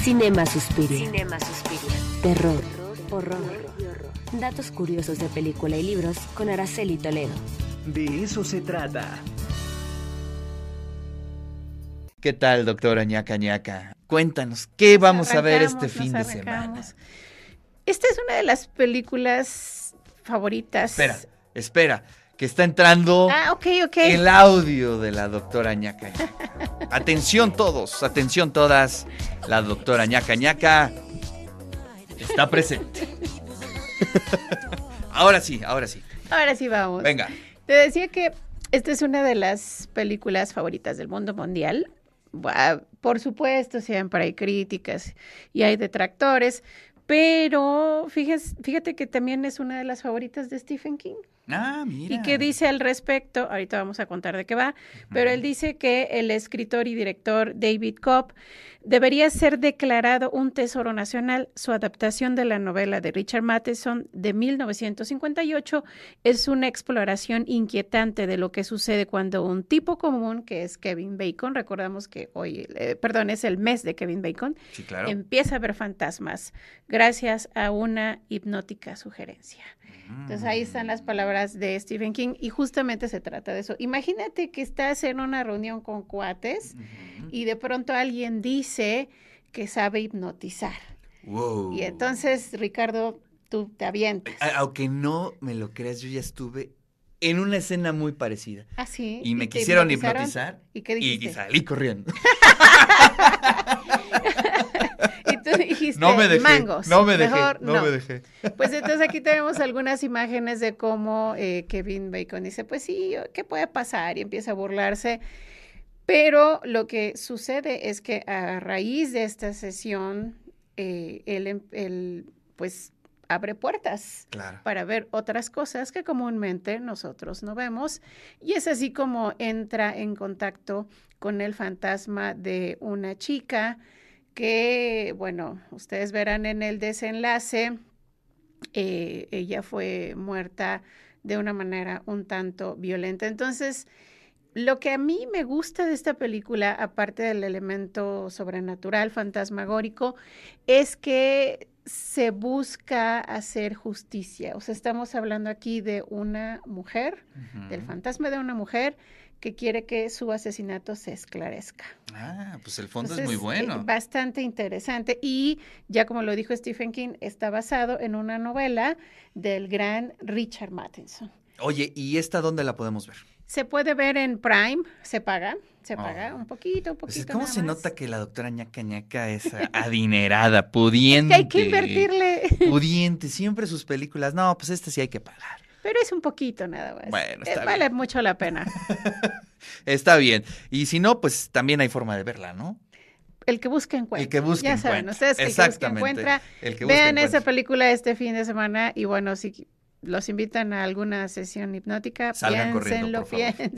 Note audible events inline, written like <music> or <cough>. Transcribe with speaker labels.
Speaker 1: Cinema Suspiria. Cinema Suspiria. Terror, horror, datos curiosos de película y libros con Araceli Toledo.
Speaker 2: De eso se trata.
Speaker 3: ¿Qué tal, doctora ñaca ñaca? Cuéntanos, ¿qué vamos a ver
Speaker 4: Arrancamos,
Speaker 3: este fin de
Speaker 4: nos
Speaker 3: semana?
Speaker 4: arrancamos. Esta es una de las películas favoritas.
Speaker 3: Espera, espera, que está entrando
Speaker 4: Ah, ok, ok.
Speaker 3: el audio de la doctora ñaca
Speaker 4: <laughs>
Speaker 3: ñaca. Atención todos, atención todas. La doctora ñaca ñaca está
Speaker 4: <laughs>
Speaker 3: presente. ahora sí, ahora sí.
Speaker 4: Ahora sí vamos.
Speaker 3: Venga.
Speaker 4: Te decía que esta es una de las películas favoritas del mundo mundial. Buah, Por supuesto, siempre hay críticas y hay detractores, pero fíjese- fíjate que también es una de las favoritas de Stephen King.
Speaker 3: Ah, mira.
Speaker 4: ¿Y qué dice al respecto? Ahorita vamos a contar de qué va, pero él dice que el escritor y director David Cobb debería ser declarado un tesoro nacional. Su adaptación de la novela de Richard Matheson de 1958 es una exploración inquietante de lo que sucede cuando un tipo común, que es Kevin Bacon, recordamos que hoy, eh, perdón, es el mes de Kevin Bacon,
Speaker 3: Sí, claro.
Speaker 4: empieza a ver fantasmas gracias a una hipnótica sugerencia. Entonces ahí están las palabras de Stephen King y justamente se trata de eso. Imagínate que estás en una reunión con cuates
Speaker 3: Ujú.
Speaker 4: y de pronto alguien dice que sabe hipnotizar.
Speaker 3: Wow.
Speaker 4: Y entonces, Ricardo, tú te avientas.
Speaker 3: A- Aunque no me lo creas, yo ya estuve en una escena muy parecida.
Speaker 4: Así.
Speaker 3: Y me
Speaker 4: Ah, te
Speaker 3: quisieron
Speaker 4: hipnotizaron?
Speaker 3: hipnotizar
Speaker 4: ¿Y qué
Speaker 3: y,
Speaker 4: dijiste?
Speaker 3: y salí
Speaker 4: <laughs>
Speaker 3: corriendo.
Speaker 4: Y tú
Speaker 3: <laughs>
Speaker 4: dijiste,
Speaker 3: No me dejé.
Speaker 4: mangos.
Speaker 3: no me dejé.
Speaker 4: mejor
Speaker 3: no, me dejé.
Speaker 4: <laughs> Pues entonces
Speaker 3: <laughs>
Speaker 4: aquí tenemos algunas imágenes de cómo eh, Kevin Bacon dice, pues sí, ¿qué puede pasar? Y empieza a burlarse. Pero lo que sucede es que a raíz de esta sesión, eh, él, em- él, pues abre puertas
Speaker 3: Claro.
Speaker 4: para ver otras cosas que comúnmente nosotros no vemos. Y es así como entra en contacto con el fantasma de una chica que, bueno, ustedes verán en el desenlace, eh, ella fue muerta de una manera un tanto violenta. Entonces, lo que a mí me gusta de esta película, aparte del elemento sobrenatural, fantasmagórico, es que se busca hacer justicia. O sea, estamos hablando aquí de una mujer, del
Speaker 3: Ujú.
Speaker 4: fantasma de una mujer que quiere que su asesinato se esclarezca.
Speaker 3: Ah, pues el fondo es
Speaker 4: Entonces,
Speaker 3: muy
Speaker 4: eh,
Speaker 3: bueno.
Speaker 4: Bastante interesante. Y ya como lo dijo Stephen King, está basado en una novela del gran Richard Matheson.
Speaker 3: Oye, ¿y esta dónde la podemos ver?
Speaker 4: Se puede ver en Prime, se paga, se paga
Speaker 3: Ah.
Speaker 4: un poquito, un
Speaker 3: Pues,
Speaker 4: poquito.
Speaker 3: ¿Cómo
Speaker 4: nada
Speaker 3: se
Speaker 4: más.
Speaker 3: nota que la doctora ñaca ñaca
Speaker 4: <laughs>
Speaker 3: es adinerada, pudiente?
Speaker 4: Que hay que invertirle, <laughs>
Speaker 3: Pudiente, siempre sus películas. No, pues esta sí hay que pagar.
Speaker 4: pero es un poquito nada más.
Speaker 3: Bueno,
Speaker 4: Eh,
Speaker 3: está
Speaker 4: vale mucho la pena.
Speaker 3: Está bien. Y si no, pues también hay forma de verla, ¿no?
Speaker 4: El que busca encuentra.
Speaker 3: El que busque
Speaker 4: Ya saben
Speaker 3: encuentra.
Speaker 4: ustedes que el que busca
Speaker 3: Exactamente.
Speaker 4: encuentra.
Speaker 3: El que busque
Speaker 4: Vean esa
Speaker 3: encuentra.
Speaker 4: película este fin de semana y bueno, si los invitan a alguna sesión hipnótica,
Speaker 3: Salgan corriendo,
Speaker 4: piénsenlo,
Speaker 3: por favor.
Speaker 4: piénsenlo.